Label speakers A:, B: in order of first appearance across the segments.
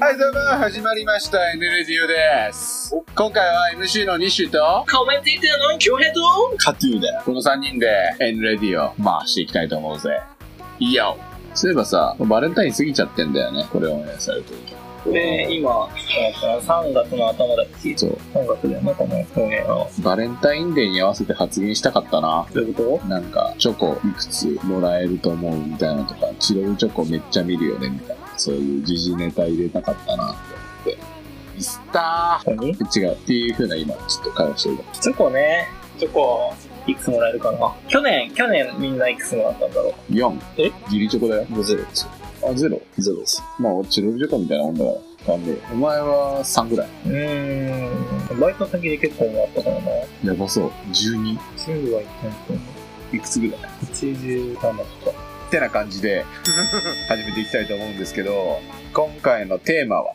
A: はい、どうも、始まりました。N レディオです。今回は MC の西と、
B: コメンテーターの京平と
A: カトゥーで、この3人で N レディオ回していきたいと思うぜ。いいよ。そういえばさ、バレンタイン過ぎちゃってんだよね。これをオンエアされてる
B: で、今、3月の頭だっけ
A: 時。そう。
B: 3月でまたね、公演を。
A: バレンタインデーに合わせて発言したかったな。
B: どういうこ
A: なんか、チョコいくつもらえると思うみたいなのとか、チロルチョコめっちゃ見るよねみたいな、そういう時事ネタ入れたかったなって思って。ミスった
B: と何
A: ー違う。っていう風な今、ちょっと会話してるから。
B: チョコね。チョコ、いくつもらえるかな去年、去年みんないくつもらったんだろ
A: 4。
B: え
A: ギリチョコだよ。
B: う。ゼロです。
A: あ、ゼロゼロです。まあ、俺チロルチョコみたいなもんだから。なんで、お前は3ぐらい。
B: うーん。バイト先で結構もらったからな。
A: やばそう。12。
B: 10はいったんだけど
A: いくつぐらい
B: 87とか。
A: ってな感じで始めていきたいと思うんですけど、今回のテーマは、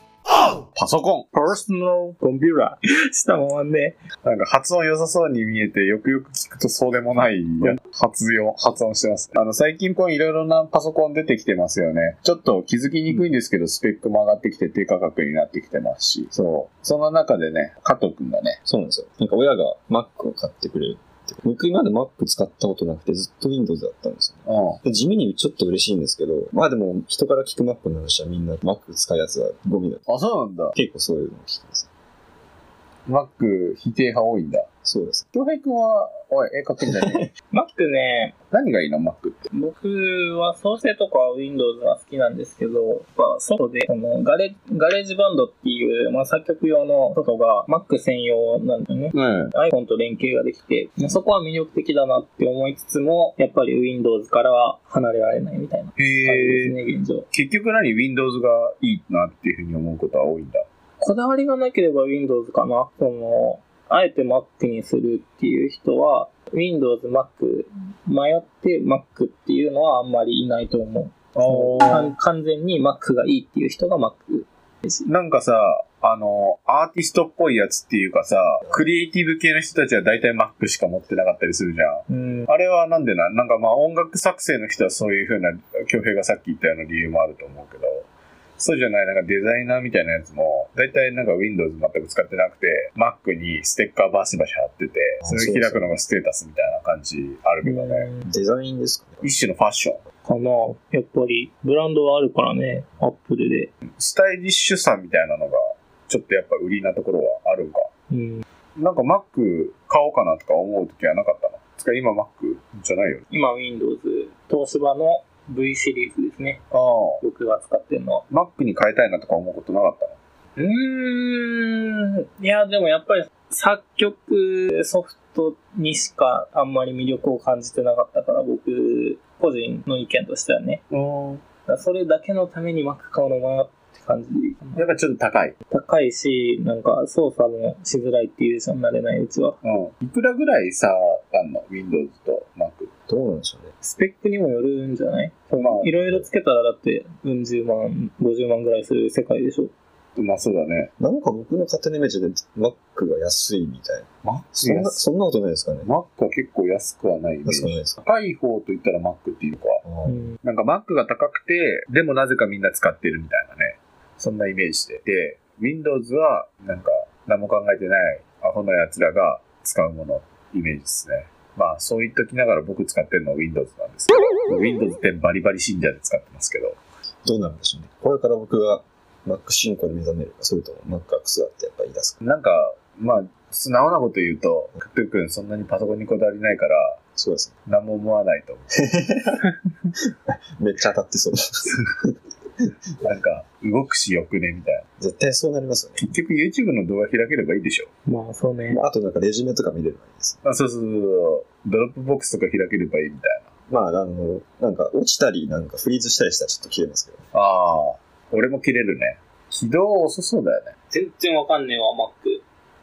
A: パソコン。パーソナ ルコンピューラ
B: したもんね。
A: ー。なんか発音良さそうに見えて、よくよく聞くとそうでもないや発音、発音してます。あの、最近こういろいろなパソコン出てきてますよね。ちょっと気づきにくいんですけど、スペックも上がってきて低価格になってきてますし、そう。その中でね、加藤くんがね、
C: そうなんですよ。なんか親が Mac を買ってくれるって。僕今まで Mac 使ったことなくてずっと Windows だったんですよね。
A: うん。
C: で地味にちょっと嬉しいんですけど、まあでも人から聞く Mac の話はみんな Mac 使うやつはゴミだ。
A: あ、そうなんだ。
C: 結構そういうのを聞きます。
A: Mac 否定派多いんだ。
C: そうです。
A: 京平くんは、おい、え、かっこいいんじゃ ない
B: Mac ね、
A: 何がいいの ?Mac って。
B: 僕は創生とか Windows が好きなんですけど、やっぱ外で、あのガレガレージバンドっていう、まあ、作曲用の外が Mac 専用なんだよね。
A: うん。
B: iPhone と連携ができて、そこは魅力的だなって思いつつも、やっぱり Windows からは離れられないみたいな感じです
A: へえ。
B: ね、現状。
A: 結局何 ?Windows がいいなっていうふうに思うことは多いんだ。
B: こだわりがなければ Windows かな。その、あえて Mac にするっていう人は、Windows、Mac、迷って Mac っていうのはあんまりいないと思う。かん完全に Mac がいいっていう人が Mac。
A: なんかさ、あの、アーティストっぽいやつっていうかさ、クリエイティブ系の人たちは大体 Mac しか持ってなかったりするじゃん。
B: うん。
A: あれはなんでな、なんかまあ音楽作成の人はそういうふうな、京平がさっき言ったような理由もあると思うけど、そうじゃない、なんかデザイナーみたいなやつも、大体なんか Windows 全く使ってなくて、Mac にステッカーバシバシ貼ってて、
C: あ
A: それを開くのがステータスみたいな感じあるけどね。
C: デザインですかね。
A: 一種のファッション。
B: かなやっぱり、ブランドはあるからね、Apple で。
A: スタイリッシュさみたいなのが、ちょっとやっぱ売りなところはあるんか。
B: うん。
A: なんか Mac 買おうかなとか思うときはなかったのつか今 Mac じゃないよね。
B: 今 Windows、東芝の V シリーズですね。
A: ああ。
B: 僕が使ってるのは。
A: Mac に変えたいなとか思うことなかったの
B: うーん。いや、でもやっぱり作曲ソフトにしかあんまり魅力を感じてなかったから、僕、個人の意見としてはね。だからそれだけのために Mac 買うのかなって感じ。
A: やっぱちょっと高い。
B: 高いし、なんか操作もしづらいっていうじゃん、慣れないうちは。
A: うん。いくらぐらい差あんの ?Windows と Mac。
C: どうなんでしょうね。
B: スペックにもよるんじゃない
A: ま
B: いろいろつけたらだって、うん十万、五十万ぐらいする世界でしょ。
A: あ、まあそうだね。
C: なんか僕の勝手なイメージで Mac が安いみたいな。
A: Mac
C: そんな、
A: 安
C: そんなことないですかね。
A: Mac は結構安くはないイメー
C: 安くない
A: ジ。
C: ですか。
A: 高い方と言ったら Mac っていうか、
C: あ
B: う
C: ー
B: ん。
A: なんか Mac が高くて、でもなぜかみんな使ってるみたいなね。そんなイメージで。で、Windows はなんか何も考えてないアホな奴らが使うもの、イメージですね。まあそう言っときながら僕使ってるのは Windows なんですけど、Windows 10バリバリ信者で使ってますけど。
C: どうなるんでしょうね。これから僕が Mac 進行に目覚めるか、それとも Mac がクスだってやっぱ言い出すか。
A: なんか、まあ、素直なこと言うと、クック君そんなにパソコンにこだわりないから、
C: そうですね。
A: 何も思わないと思
C: めっちゃ当たってそう。
A: う。なんか、動くしよくね、みたいな。
C: 絶対そうなりますよね。
A: 結局 YouTube の動画開ければいいでしょ。
B: まあ、そうね。
C: まああとなんかレジュメとか見れればいいです。
A: あ、そうそうそうそう。ドロップボックスとか開ければいいみたい
C: まあ、あの、なんか落ちたり、なんかフリーズしたりしたらちょっと切れますけど。
A: な。ああ。俺も切れるね。起動遅そうだよね。
B: 全然わかんねえわ、Mac。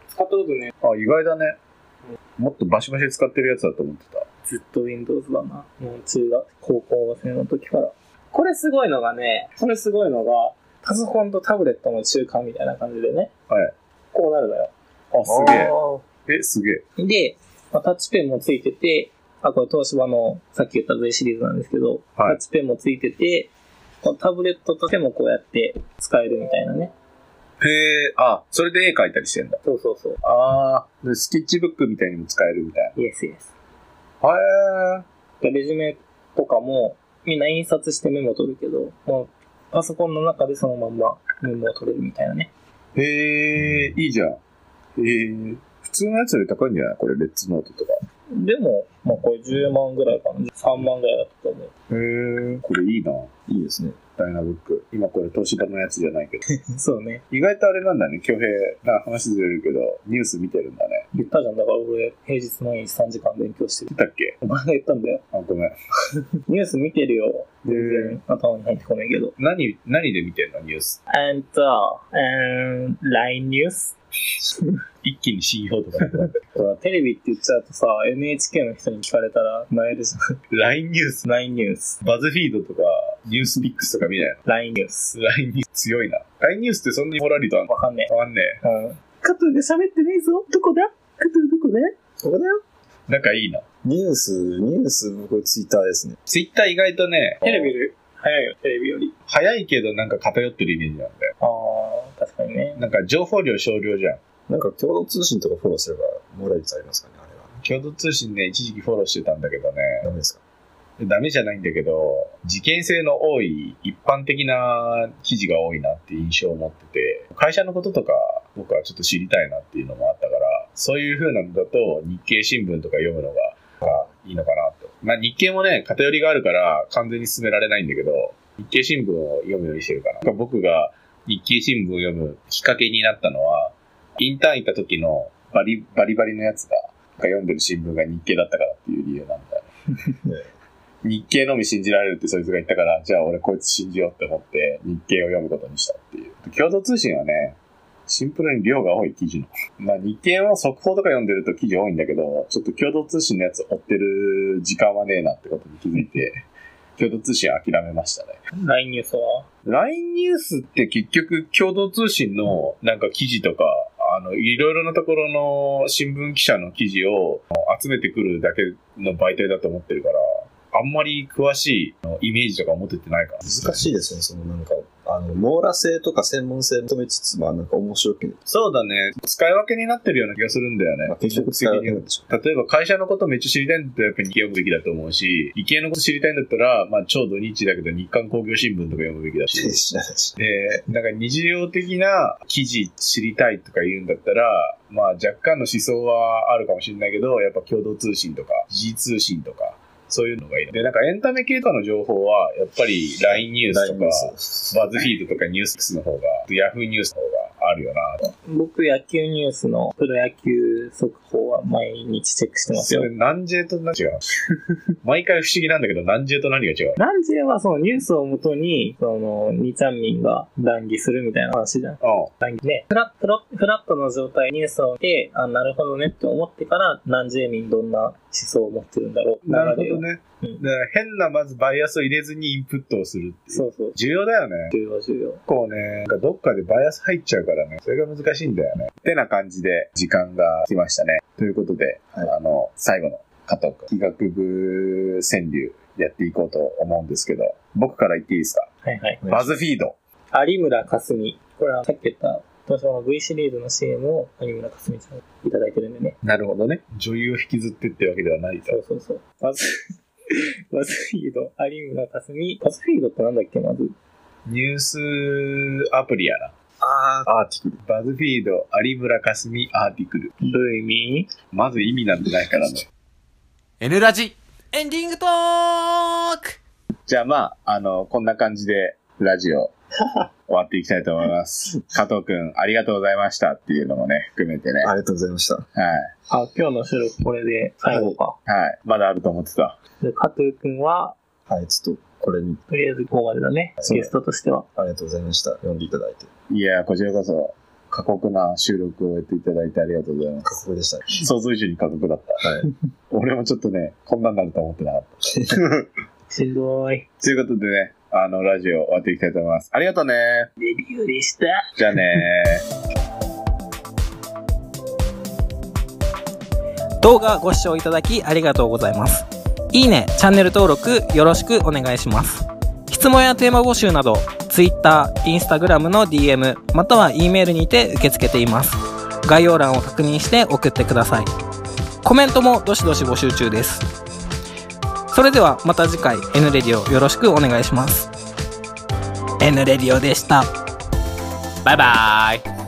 B: 使ったことね。
A: あ、意外だね。もっとバシバシ使ってるやつだと思ってた。
B: ずっと Windows だな。もう中学、高校生の時から。これすごいのがね、これすごいのが、パソコンとタブレットの中間みたいな感じでね。
A: はい。
B: こうなるのよ。
A: あ、すげえ。え、すげえ。
B: で、まあ、タッチペンもついてて、あ、これ東芝のさっき言った V シリーズなんですけど、
A: はい
B: タッチペンもついてて、こうタブレットとしてもこうやって使えるみたいなね。
A: へえ、あ、それで絵描いたりしてんだ。
B: そうそうそう。
A: ああ、スケッチブックみたいにも使えるみたい
B: イエスイエス。
A: な。へえ。
B: レジュメとかも、みんな印刷してメモ取るけど、もうパソコンの中でそのまんまメモを取れるみたいなね。
A: へえ、いいじゃん。へえ。普通のやつより高いんじゃないこれ、レッツノートとか。
B: でも、まあこれ10万ぐらいかな。3万ぐらいだったと思う。
A: へえ。これいいな。
C: いいですね。
A: ダイナブック。今これ、東芝のやつじゃないけど。
B: そうね。
A: 意外とあれなんだね。京平な話ずれるけど、ニュース見てるんだね。
B: 言ったじゃん。だから俺、平日毎日3時間勉強してる。
A: 見たっけ
B: お前が言ったんだよ。
A: あ、ごめん。
B: ニュース見てるよ。
A: へえ。
B: 頭に入ってこないけど。
A: 何、何で見てんのニュース。
B: えーっと、えー、LINE ニュース
A: 一気に信用とか言ってた。
B: テレビって言っちゃうとさ、NHK の人に聞かれたら、なえるじゃん。
A: LINE ニュース。
B: LINE ニュース。
A: バズフィードとか、ニュースピックスとか見ないの
B: LINE ニュース。
A: ?LINE ニュース強いな。LINE ニュースってそんなにホラリとあんの
B: わかんねえ。
A: 変わんねえ。
B: うん。カトゥーが喋ってねえぞ。どこだカトゥーどこだ
C: ここだよ。
A: 仲いいな。
C: ニュース、ニュース、これツイッターですね。
A: ツイッター意外とね、
B: テレビより早いよ、テレビより。
A: 早いけどなんか偏ってるイメージなんだよ。
B: ああ、確かにね。
A: なんか情報量少量じゃん。
C: なんか共同通信とかフォローすれば、モラリスありますかね、あれ
A: 共
C: は。
A: 同通信ね、一時期フォローしてたんだけどね、
C: ダメですか
A: ダメじゃないんだけど、事件性の多い、一般的な記事が多いなっていう印象を持ってて、会社のこととか、僕はちょっと知りたいなっていうのもあったから、そういう風なのだと、日経新聞とか読むのが、あいいのかなと。まあ日経もね、偏りがあるから、完全に進められないんだけど、日経新聞を読むようにしてるから。なんか僕が日経新聞を読むきっかけになったのは、インターン行った時のバリバリバリのやつが、が読んでる新聞が日経だったからっていう理由なんだよね。日経のみ信じられるってそいつが言ったから、じゃあ俺こいつ信じようって思って日経を読むことにしたっていう。共同通信はね、シンプルに量が多い記事の。まあ日経は速報とか読んでると記事多いんだけど、ちょっと共同通信のやつ追ってる時間はねえなってことに気づいて、共同通信は諦めましたね。
B: LINE ニュースは
A: LINE ニュースって結局共同通信のなんか記事とか、あの、いろいろなところの新聞記者の記事を集めてくるだけの媒体だと思ってるから、あんまり詳しいあのイメージとか持ててないから。
C: 難しいですよね、そのなんか、あの、網羅性とか専門性を求めつつ、まあなんか面白く、
A: そうだね。使い分けになってるような気がするんだよね。
C: まあ、結局使うなんでしょ
A: 例えば会社のことめっちゃ知りたいんだったらやっぱり日経読むべきだと思うし、理系のこと知りたいんだったら、まあちょうど日だけど日刊工業新聞とか読むべきだし。
C: う。知らないし。
A: で、なんか日常的な記事知りたいとか言うんだったら、まあ若干の思想はあるかもしれないけど、やっぱ共同通信とか、時事通信とか、そういうのがいい。で、なんかエンタメ系とかの情報は、やっぱり LINE ニュースとか、バズフィードとかニュースの方が、ヤフーニュースの方があるよな。
B: 僕、野球ニュースのプロ野球速報は毎日チェックしてます
A: そ
B: よ
A: れ、。何 J と何違う 毎回不思議なんだけど、何 J と何が違う
B: ランジェはそのニュースをもとに、その、ニチャンミンが談義するみたいな話じゃん。
A: あ
B: 談義ね。フラットの、フラットの状態、ニュースを見て、あ、なるほどねって思ってから、ランジェミンどんな思想を持ってるんだろう。
A: なるほど
B: ね。
A: ね。
B: うん
A: だから変なまずバイアスを入れずにインプットをするっていう。
B: そうそう。
A: 重要だよね。
B: 重要重要。
A: 結構ね、なんかどっかでバイアス入っちゃうからね、それが難しいんだよね。ってな感じで、時間が来ましたね。ということで、
C: はい
A: あの、最後の加藤君、医学部川柳やっていこうと思うんですけど、僕から言っていいですか
B: はいはい。
A: バズフィード。
B: 有村架純。これはさっき言った、東芝の V シリーズの CM を有村架純さんにいただいてるんでね。
A: なるほどね。女優を引きずってってわけではないと
B: そ。うそうそう。バ ズ、バズフィード、有村架純。バズフィードってなんだっけ、まず。
A: ニュースアプリやな。
C: あーアーティクル。
A: バズフィード、有村架純アーティクル。
B: どういう意味
A: まず意味なんてないからね。
D: N ラジエンディングトーク
A: じゃあまあ、あの、こんな感じで、ラジ オ、終わっていきたいと思います。加藤くん、ありがとうございましたっていうのもね、含めてね。
C: あ
A: はい。
C: りがとうございました。
B: あ、今日の収録これで最後か。
A: はい。まだあると思ってた。
B: で、加藤くんは、
C: はい、ちょっと、これに、
B: とりあえずここまでだね。
C: そう
B: ゲストとしては。
C: ありがとうございました。読んでいただいて。
A: いや、こちらこそ、過酷な収録をやっていただいてありがとうございま
C: 過酷でしたね。
A: す。想像以上に過酷だった。
C: はい。
A: 俺もちょっとね、こんなんなると思ってなかった。
B: しんどい。
A: ということでね、あの、ラジオ終わっていきたいと思います。ありがとうね。
B: レビューでした。
A: じゃあね
E: 動画ご視聴いただきありがとうございます。いいね、チャンネル登録よろしくお願いします。質質問やテーマ募集など、Twitter、Instagram の DM、または E メールにて受け付けています。概要欄を確認して送ってください。コメントもどしどし募集中です。それではまた次回 N レディオよろしくお願いします。N レディオでした。バイバイ。